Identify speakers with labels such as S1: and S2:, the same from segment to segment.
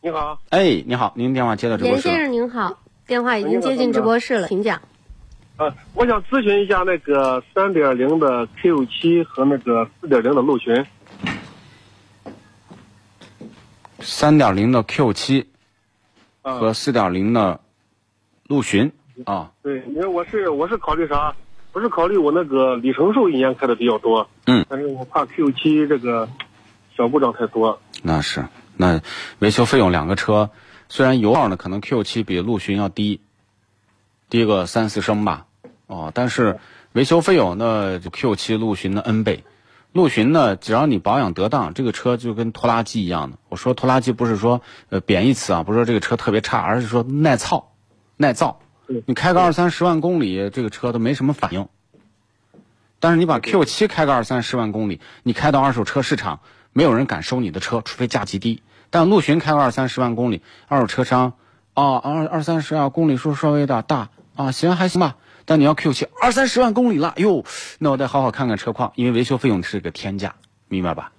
S1: 你好，
S2: 哎，你好，您电话接到直播
S3: 严
S2: 室
S3: 先
S2: 了。哎
S3: 生您好，电话已经接进直播室了，请讲。
S1: 呃，我想咨询一下那个三点零的 Q 七和那个四点零的陆巡，
S2: 三点零的 Q 七
S1: 啊、
S2: 和四点零的陆巡啊，
S1: 对，因为我是我是考虑啥？我是考虑我那个里程数一年开的比较多，
S2: 嗯，
S1: 但是我怕 Q 七这个小故障太多，
S2: 那是那维修费用两个车，虽然油耗呢可能 Q 七比陆巡要低，低个三四升吧，哦，但是维修费用那 Q 七陆巡的 N 倍。陆巡呢，只要你保养得当，这个车就跟拖拉机一样的。我说拖拉机不是说呃贬义词啊，不是说这个车特别差，而是说耐操、耐造
S1: 对。
S2: 你开个二三十万公里，这个车都没什么反应。但是你把 Q 七开个二三十万公里，你开到二手车市场，没有人敢收你的车，除非价极低。但陆巡开个二三十万公里，二手车商啊二二三十啊公里数稍微有点大啊，行还行吧。但你要 Q 七二三十万公里了，哟，那我得好好看看车况，因为维修费用是个天价，明白吧？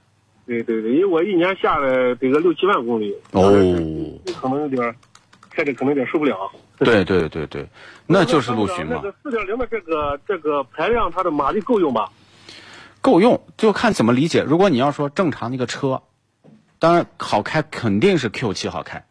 S1: 对对对，因为我一年下来得个六七万公里，
S2: 哦啊
S1: 可能有点儿开着可能有点受不了。
S2: 对对对对，那就是陆巡
S1: 那
S2: 嘛
S1: 个，四点零的这个这个排量，它的马力够用吧？
S2: 够用，就看怎么理解。如果你要说正常的一个车，当然好开肯定是 Q 七好开。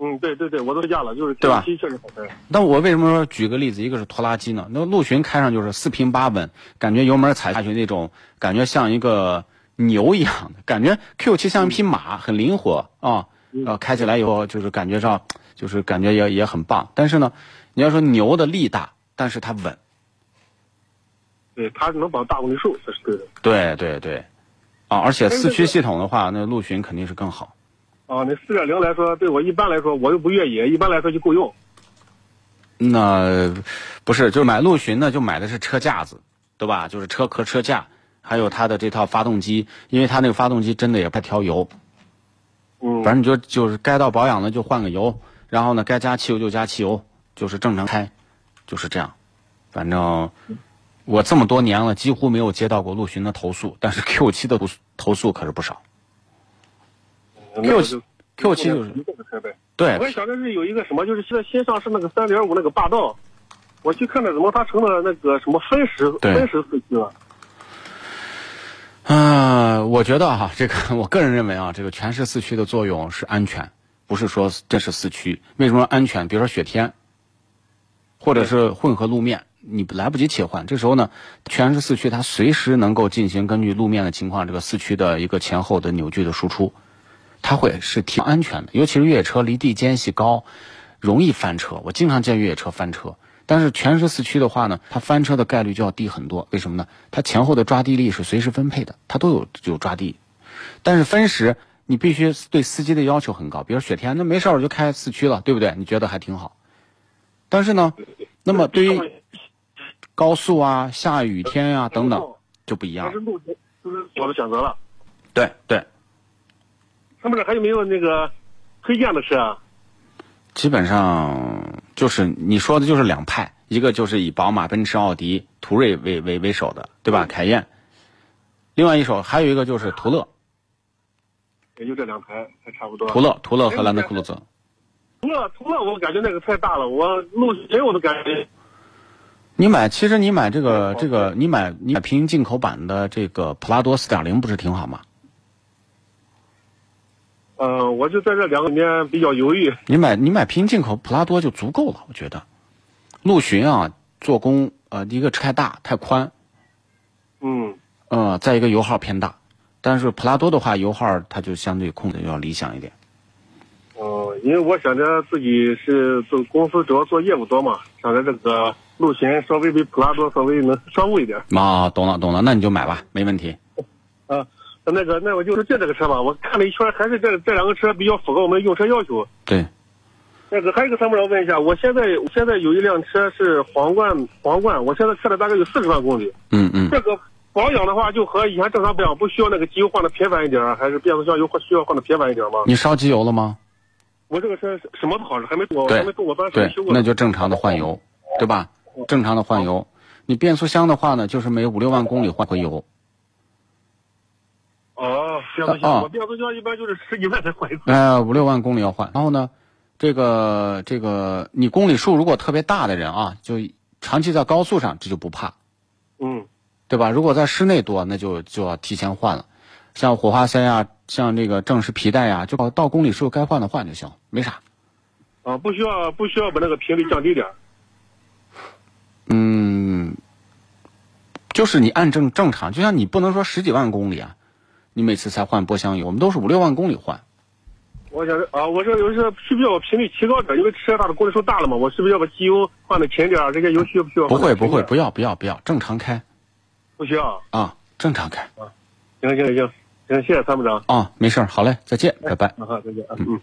S1: 嗯，对对对，我都加了，就是
S2: 对吧
S1: Q 七确实好开。
S2: 那我为什么说举个例子，一个是拖拉机呢？那陆巡开上就是四平八稳，感觉油门踩下去那种感觉像一个牛一样的感觉，Q 七像一匹马，很灵活啊，
S1: 嗯
S2: 呃，开起来以后就是感觉上就是感觉也也很棒。但是呢，你要说牛的力大，但是它稳，
S1: 对，它是能保大公里数，这是对的。
S2: 对对对，啊，而且
S1: 但是
S2: 四
S1: 这
S2: 驱
S1: 个
S2: 系统的话，那陆巡肯定是更好。
S1: 啊，那四点零来说，对我一般来说，我又不越野，一般来说就够用。
S2: 那不是，就是买陆巡呢，就买的是车架子，对吧？就是车壳、车架，还有它的这套发动机，因为它那个发动机真的也不太调油，
S1: 嗯，
S2: 反正你就就是该到保养了就换个油，然后呢该加汽油就加汽油，就是正常开，就是这样。反正
S1: 嗯
S2: 我这么多年了，几乎没有接到过陆巡的投诉，但是 Q 七的投诉投诉可是不少。Q 七 Q 七就是哎
S1: 我也
S2: 对，
S1: 想的是有一个什么，就是现在新上市那个三点五那个霸道，我去看了，怎么它成了那个什么分时
S2: 对
S1: 分时四驱了？
S2: 啊，我觉得啊，这个我个人认为啊，这个全时四驱的作用是安全，不是说这是四驱。为什么安全？比如说雪天，或者是混合路面，你来不及切换，这时候呢，全时四驱它随时能够进行根据路面的情况，这个四驱的一个前后的扭矩的输出，它会是挺安全的。尤其是越野车离地间隙高，容易翻车。我经常见越野车翻车，但是全时四驱的话呢，它翻车的概率就要低很多。为什么呢？它前后的抓地力是随时分配的，它都有有抓地。但是分时，你必须对司机的要求很高。比如雪天，那没事儿我就开四驱了，对不对？你觉得还挺好。但是呢，那么对于高速啊、下雨天呀、等啊等就不一
S1: 它
S2: 样
S1: 是
S2: 了。
S1: 路就是我的选择了。
S2: 对对，
S1: 他们这还有没有那个推荐的车啊？
S2: 基本上就是你说的就是两派，一个就是以宝马、奔驰、奥迪、途锐为为为首的，对吧？凯宴，另外一手还有一个就是途乐，
S1: 也就这两台，还差不多。
S2: 途乐、途乐和兰德酷路泽。
S1: 除了除了，我感觉那个太大了，我陆巡我都感觉
S2: 你买，其实你买这个这个，你买你买平行进口版的这个普拉多4.0不是挺好吗？
S1: 呃，我就在这两个里面比较犹豫。
S2: 你买你买平行进口普拉多就足够了，我觉得。陆巡啊，做工呃一个太大太宽，
S1: 嗯，
S2: 呃，再一个油耗偏大，但是普拉多的话油耗它就相对控制要理想一点。
S1: 哦、因为我想着自己是做公司主要做业务多嘛，想着这个陆巡稍微比普拉多稍微能商务一点。
S2: 啊，懂了懂了，那你就买吧，没问题。
S1: 啊，那个那我就借这个车吧，我看了一圈，还是这这两个车比较符合我们用车要求。
S2: 对，
S1: 那个还有一个参谋长问一下，我现在现在有一辆车是皇冠皇冠，我现在开了大概有四十万公里，
S2: 嗯嗯，
S1: 这个保养的话就和以前正常保养，不需要那个机油换的频繁一点儿，还是变速箱油需要换的频繁一点儿吗？
S2: 你烧机油了吗？
S1: 我这个车什么不好，还没我
S2: 对
S1: 还没跟我班
S2: 对
S1: 上修，过呢，
S2: 那就正常的换油，对吧？正常的换油。你变速箱的话呢，就是每五六万公里换回油。
S1: 哦，变速
S2: 啊
S1: 箱，我变速箱一般就是十几万才换一次。
S2: 呃，五六万公里要换。然后呢，这个这个，你公里数如果特别大的人啊，就长期在高速上，这就不怕，
S1: 嗯，
S2: 对吧？如果在室内多，那就就要提前换了。像火花塞呀、像这个正时皮带啊呀、就到到公里数该换的换就行，没啥。
S1: 啊，不需要不需要把那个频率降低点儿。
S2: 嗯，就是你按正正常，就像你不能说十几万公里啊，你每次才换波箱油，我们都是五六万公里换。
S1: 我想着啊，我说有时候需不需要把频率提高点儿？因为车它的公里数大了嘛，我是不是要把机油换的勤点儿？这些油需不需要
S2: 不
S1: 换
S2: 会
S1: 得
S2: 不
S1: 勤点儿？
S2: 会，不要不要不要，正常开
S1: 不需要。
S2: 啊，正常开
S1: 行行行行，谢谢参谋长。
S2: 啊，没事儿，好嘞，再见，拜拜。
S1: 啊，再见。嗯。